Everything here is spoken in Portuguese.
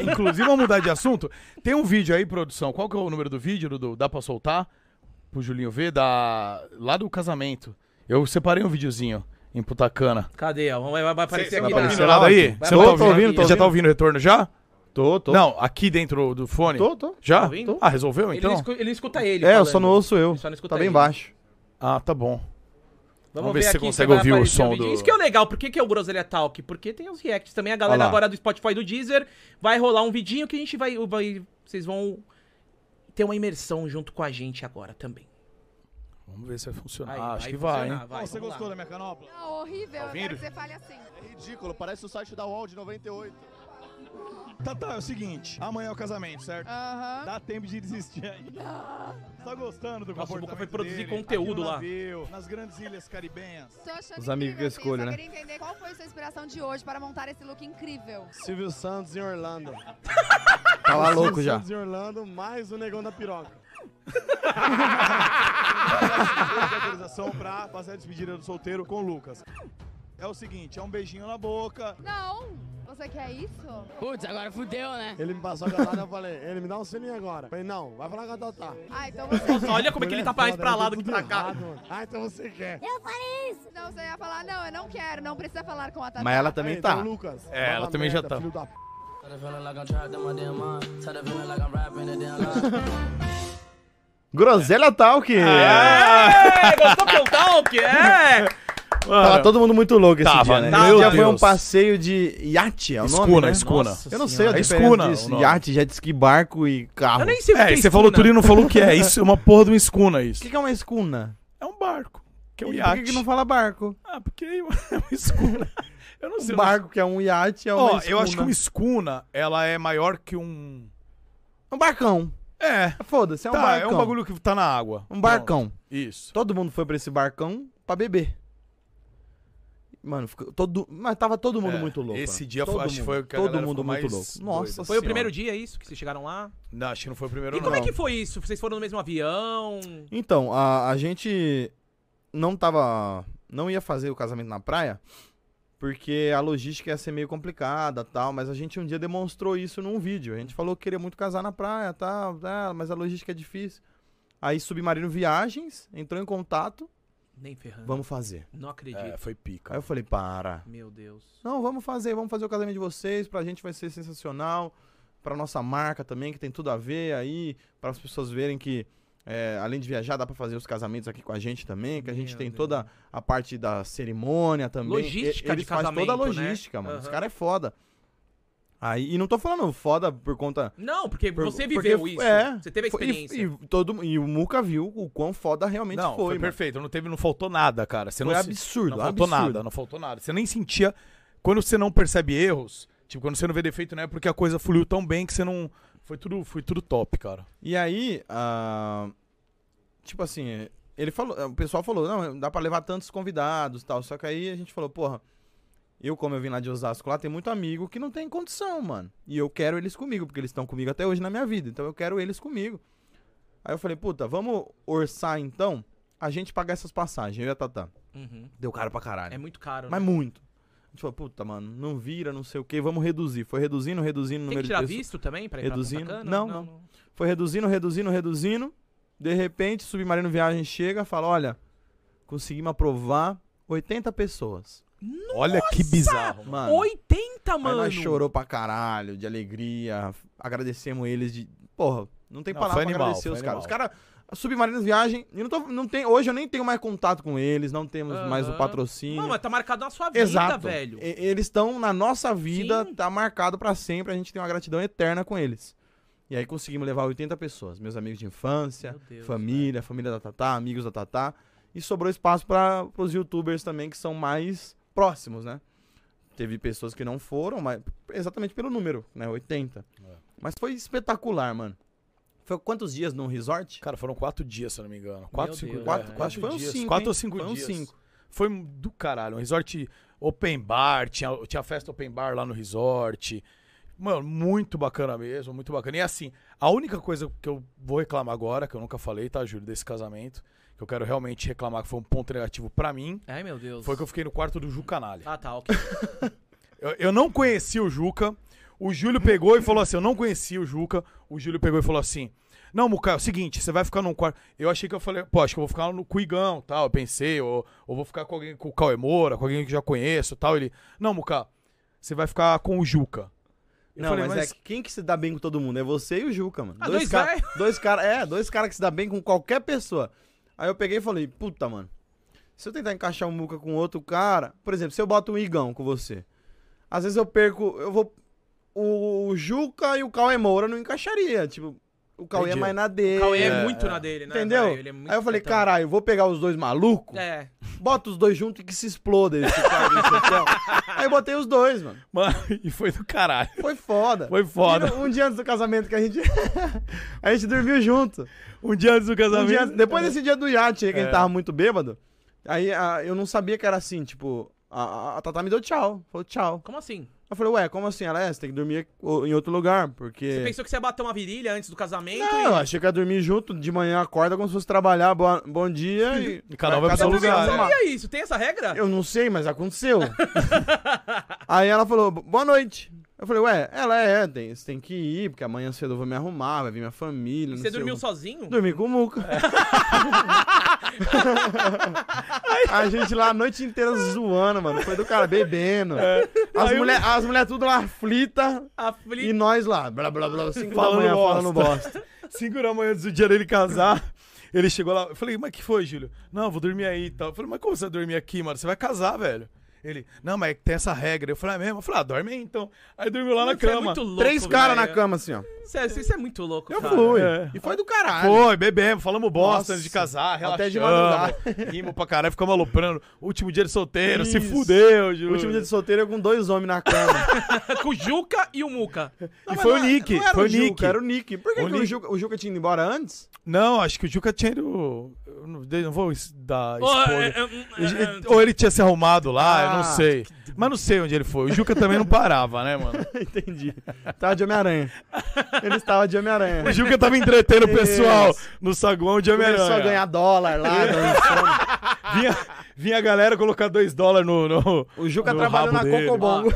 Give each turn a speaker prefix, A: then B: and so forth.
A: Inclusive, vamos mudar de assunto. Tem um vídeo aí, produção. Qual que é o número do vídeo, Dudu? Dá pra soltar? Pro Julinho ver? Da... Lá do casamento. Eu separei um videozinho em Putacana.
B: Cadê? ó? Vai, vai- vai aparecer
C: Cê-
A: Vai
B: aqui.
C: Vai
B: na-
A: aparecer
C: ouvindo
A: lá
C: na
A: daí?
C: áudio?
A: Você
B: Vai
A: não tá
B: aparecer
A: ouvindo?
B: aqui,
A: Você
B: ó.
A: já tá ouvindo o retorno já?
C: Tô, tô.
A: Não, aqui dentro do fone?
C: Tô, tô.
A: Já?
B: Tá ouvindo?
A: Ah, resolveu
B: Ele, não
A: então?
B: escu- ele escuta ele.
C: É, eu
B: falando.
C: só
A: né?
C: não ouço eu.
B: Só não escuta
C: tá bem
B: ele.
C: baixo.
A: Ah, tá bom.
B: Vamos
A: ver se você
B: aqui
A: consegue
B: vai
A: ouvir o
B: aparecer
A: som
B: vídeo.
A: do-
B: Isso que é o legal, por que, que é o Groselha Talk? Porque tem os reacts também, a
A: Olha
B: galera
A: lá.
B: agora do Spotify e do Deezer vai rolar um vidinho que a gente vai, vai- Vocês vão ter uma imersão junto com a gente agora também.
A: Vamos ver se vai funcionar.
B: Aí,
A: Ah, Acho que vai,
B: funcionar,
A: hein?
B: vai,
D: você
B: vamos lá.
D: gostou da minha canopla?
E: Não, Tá horrível. eu quero que você fale assim.
D: É ridículo, parece o site da UOL de 98. Tá, tá, é o seguinte, amanhã é o casamento, certo?
E: Aham.
D: Dá tempo de desistir ainda. Você tá gostando do
B: Nossa, o Boca
D: comportamento
B: foi produzir
D: dele?
B: conteúdo
D: Aqui no
B: lá.
D: navio, nas grandes ilhas caribenhas.
E: Tô achando
F: Os amigos
E: incrível,
F: que escolhem,
E: Fih,
F: né?
E: Só queria entender qual foi a sua inspiração de hoje para montar esse look incrível.
G: Silvio Santos em Orlando.
C: Tá lá louco
G: Silvio
C: já.
G: Santos em Orlando, mais o Negão da Piroca.
D: Pede autorização pra fazer a despedida do solteiro com o Lucas. É o seguinte, é um beijinho na boca.
E: Não! Você quer isso?
H: Putz, agora fudeu,
A: É.
H: né?
G: Ele me passou a galada, eu falei, ele me dá um sininho agora. Eu falei, não, vai falar com a Tatá.
E: Ah, então você.
A: né?
B: Nossa, olha como é que ele tá mais pra lá do que pra cá.
G: Ah, então você quer.
E: Não, você ia falar, não, eu não quero, não precisa falar com a Tatá.
C: Mas ela
G: Aí,
C: também
G: então,
C: tá.
G: Lucas,
A: É,
G: vai
A: ela
G: pra
A: também já
G: merda,
A: tá.
G: filho da p***.
F: Groselha Talk!
A: Ah,
B: É, gostou que eu talk? É!
F: Tava todo mundo muito louco esse
A: Tava,
F: dia, né?
A: tava,
F: Esse dia
A: meu
F: foi um
A: Deus.
F: passeio de iate, é o nome,
A: Escuna,
F: né?
A: escuna.
B: Nossa
F: Eu não sei a
A: É
F: diferença
A: escuna
F: disso,
A: o nome.
F: iate, jet ski, barco e carro.
B: Eu nem sei o que
A: É,
B: é
A: e você falou
B: escuna.
A: tudo e não falou o que é. Isso é uma porra de uma escuna,
F: O
A: isso.
F: que que é uma escuna?
A: É um barco. Que é um
F: E
A: iate.
F: Por que que não fala barco?
A: Ah, porque é uma escuna. Eu não sei.
F: Um
A: eu não
F: barco que é um iate é uma
A: Ó, eu acho que
F: escuna.
A: uma escuna, ela é maior que um.
F: Um barcão.
A: É.
F: Foda-se, é um
A: tá,
F: barcão.
A: é um bagulho que tá na água.
F: Um barcão.
A: Pronto. Isso.
F: Todo mundo foi pra esse barcão pra beber. Mano, ficou todo, mas tava todo mundo
A: É,
F: muito louco.
A: Esse
F: né?
A: dia
F: todo
A: foi, acho que
F: mundo,
A: foi o que a
F: Todo
A: galera
F: mundo
A: ficou
F: muito
A: mais
F: louco.
A: doida,
F: Nossa
A: assim,
B: Foi
F: senhora.
B: o primeiro dia, é isso? Que vocês chegaram lá?
A: Não, acho que não foi o primeiro,
B: E
A: não.
B: como é que foi isso? Vocês foram no mesmo avião?
F: Então, a, a gente não tava. Não ia fazer o casamento na praia, porque a logística ia ser meio complicada tal, mas a gente um dia demonstrou isso num vídeo. A gente falou que queria muito casar na praia tal, tal, mas a logística é difícil. Aí Submarino Viagens entrou em contato,
B: Nem ferrando.
F: vamos fazer.
B: Não acredito.
A: É, foi pica.
F: Aí eu falei, para.
B: Meu Deus.
F: Não, vamos fazer, vamos fazer o casamento de vocês, pra gente vai ser sensacional, pra nossa marca também, que tem tudo a ver aí, para as pessoas verem que é, além de viajar, dá pra fazer os casamentos aqui com a gente também, que a gente
B: Meu
F: tem
B: Deus.
F: toda a parte da cerimônia também. E-
B: Logística de
F: Eles fazem toda a
B: casamento, né?
F: logística, mano. Os
B: Aham.
F: caras é foda. Aí, e não tô falando foda por conta.
B: Não, porque
F: por-
B: você viveu
F: porque-
B: isso.
F: é,
B: você teve a
F: foi- e-
B: experiência.
F: E, todo, e o Muca viu o quão foda realmente
A: Não,
F: foi.
A: foi,
F: mano.
A: perfeito. Não teve, não faltou nada, cara. Você
F: Foi
A: não se-
F: absurdo,
A: Não faltou
F: absurdo.
A: nada, não faltou nada. Você nem sentia. Quando você não percebe erros, tipo, quando você não vê defeito, não é porque a coisa fluiu tão bem que você não. Foi tudo, foi tudo top, cara.
F: E aí, ah, tipo assim, ele falou, o pessoal falou, não, dá pra levar tantos convidados, e tal. Só que aí a gente falou, porra, eu como eu vim lá de Osasco, lá tem muito amigo que não tem condição, mano. E eu quero eles comigo, porque eles estão comigo até hoje na minha vida. Então eu quero eles comigo. Aí eu falei, puta, vamos orçar então a gente pagar essas passagens, eu e a Tatá.
B: Uhum.
F: Deu caro pra caralho.
B: É muito caro.
F: Mas
B: né?
F: muito. A gente falou, puta, mano, não vira, não sei o que, vamos reduzir. Foi reduzindo, reduzindo o
B: Tem
F: número
B: que
F: de
B: tirar
F: pessoas.
B: visto também pra ir
F: Reduzindo?
B: pra Punta Cana?
F: Não, não. Foi reduzindo, reduzindo, reduzindo. De repente, Submarino Viagem chega e fala: olha, conseguimos aprovar 80 pessoas.
A: Olha que bizarro. mano.
F: Mano,
B: 80,
F: aí
B: mano!
F: nós chorou pra caralho, de alegria. Agradecemos eles de. Porra, não tem
A: Não,
F: palavra
A: foi
F: pra
A: animal,
F: agradecer
A: foi
F: os caras. Os
A: animal.
F: caras. a Submarino Viagem. eu não tô- não tem, hoje eu nem tenho mais contato com eles, não temos mais o
B: Aham.
F: patrocínio.
B: Não, mas tá marcado na sua vida,
F: Exato.
B: velho.
F: E- Eles estão na nossa vida,
B: Sim.
F: tá marcado pra sempre, a gente tem uma gratidão eterna com eles. E aí conseguimos levar 80 pessoas, meus amigos de infância,
B: Meu Deus,
F: é família, família da Tatá, amigos da Tatá, e sobrou espaço para os youtubers também que são mais próximos, né? Teve pessoas que não foram, mas exatamente pelo número, né? 80. Mas foi espetacular, mano. Foi quantos dias num resort?
A: Cara, foram quatro dias, se eu não me engano. Quatro, cinco
B: Deus,
A: dias.
B: Quatro-
A: É.
B: quatro
A: Acho que foi uns
F: dias.
A: cinco,
F: Quatro
A: hein?
F: ou cinco
A: Foi uns
F: dias.
A: cinco. Foi um do caralho. Um resort open bar, tinha, tinha festa open bar lá no resort. Mano, muito bacana mesmo, muito bacana. E assim, a única coisa que eu vou reclamar agora, que eu nunca falei, tá, Júlio, desse casamento, que eu quero realmente reclamar que foi um ponto negativo pra mim,
B: Ai, meu Deus.
A: foi que eu fiquei no quarto do Ju Canalha.
B: Ah, tá, ok.
A: Eu, eu não conhecia o Juca. O Júlio pegou e falou assim: Eu não conhecia o Juca. O Júlio pegou e falou assim: Não, Muca, é o seguinte, você vai ficar num quarto. Eu achei que eu falei, pô, acho que eu vou ficar no Cuigão, tal. Eu pensei, ou, ou vou ficar com alguém com o Cauê Moura, com alguém que eu já conheço tal. Ele, não, Muca, você vai ficar com o Juca. Eu
F: Não,
A: falei,
F: mas, é quem que se dá bem com todo mundo? É você e o Juca, mano.
B: Ah,
F: dois
B: dois
F: caras.
B: velho.
F: Dois caras. É, dois caras que se dá bem com qualquer pessoa. Aí eu peguei e falei, puta, mano. Se eu tentar encaixar um Muca com outro cara. Por exemplo, se eu boto um Igão com você. Às vezes eu perco. Eu vou. O, o Juca e o Cauê Moura não encaixaria. Tipo, o Cauê
A: Entendi.
F: é mais na dele.
B: O Cauê é, muito na dele, né?
F: Entendeu?
B: velho? Ele é muito
F: Aí eu falei,
B: tentão.
F: caralho, vou pegar os dois malucos,
B: É.
F: bota os dois junto e que se exploda esse cara desse hotel. Aí eu botei os dois, mano.
A: Mano, e foi do caralho.
F: Foi foda.
A: Foi foda.
F: E no- Um dia antes do casamento que a gente. a gente dormiu junto.
A: Um dia antes do
F: Um
A: casamento.
F: dia antes-
B: é.
F: depois desse dia do iate aí, que a
A: É.
F: gente tava muito bêbado. Aí a- eu não sabia que era assim, tipo. A, a- a Tatá me deu tchau. Falou tchau.
B: Como assim?
F: Eu falei, ué, como assim? Ela é, você tem que dormir o- em outro lugar, porque.
B: Você pensou que você ia bater uma virilha antes do casamento?
F: É. Não, eu achei que ia dormir junto, de manhã acorda como se fosse trabalhar, boa- bom dia e.
A: E cada um vai pro
B: Eu
A: seu
B: também
A: lugar,
B: não
A: né?
B: sabia isso. Tem essa regra?
F: Eu não sei, mas aconteceu. aí ela falou, boa noite. Eu falei, ué, ela é, tem, você tem que ir, porque amanhã cedo eu vou me arrumar, vai vir minha família.
B: E
F: não
B: você
F: sei
B: dormiu
F: o-
B: sozinho?
F: Dormi com o Muca. a gente lá a noite inteira zoando, mano. Foi do cara bebendo. As mulheres as mulher tudo lá aflita e
B: Ah, Aflito.
F: nós lá, blá blá blá, cinco
A: Falando
F: da manhã
A: bosta.
F: falando bosta.
A: 5 da manhã antes do dia dele casar. Ele chegou lá, eu falei, mas que foi, Júlio? Não, eu vou dormir aí e tal. Eu falei, mas como você vai dormir aqui, mano? Você vai casar, velho. Ele, não, mas é que tem essa regra. Eu falei, ah, mesmo? Eu falei, ah, dorme aí então. Aí dormiu lá na
B: Você é
A: cama.
B: muito louco,
F: Três caras na
B: velho.
F: cama, assim, ó.
B: Isso é, isso é muito louco,
F: Eu
B: cara.
F: fui.
A: é.
F: E foi do caralho.
A: Foi, bebemos, falamos bosta
F: Nossa.
A: antes de casar, relaxamos.
F: Até de madrugada.
A: Rimo pra caralho, ficamos aloprando. Último dia de solteiro, se
F: Isso.
A: fudeu, Júlio.
F: Último dia de solteiro eu com dois homens na cama.
B: Com o Juca e o Muca.
A: E foi o Nick,
F: Não era
A: foi o
F: o Juca,
A: Nick.
F: Era o Nick. Por que
A: O
F: que o,
A: Nick.
F: Juca, o Juca tinha ido embora antes?
A: Não, acho que o Juca tinha ido... Eu não, eu não vou es- dar spoiler. Ele-
B: é,
A: ele- Ou ele tinha se arrumado lá, eu não
F: Ah,
A: sei. Mas não sei onde ele foi. O Juca também não parava, né, mano?
F: Entendi. Tava de Homem-Aranha. Ele estava de Homem-Aranha.
A: O Juca tava entretendo o pessoal
F: É Isso.
A: no saguão de Homem-Aranha.
F: Começou a ganhar dólar lá. dançando.
A: Vinha, vinha a galera colocar dois dólares no, no-
F: O Juca
A: no rabo
F: trabalhou na
A: dele.
F: Cocobongo.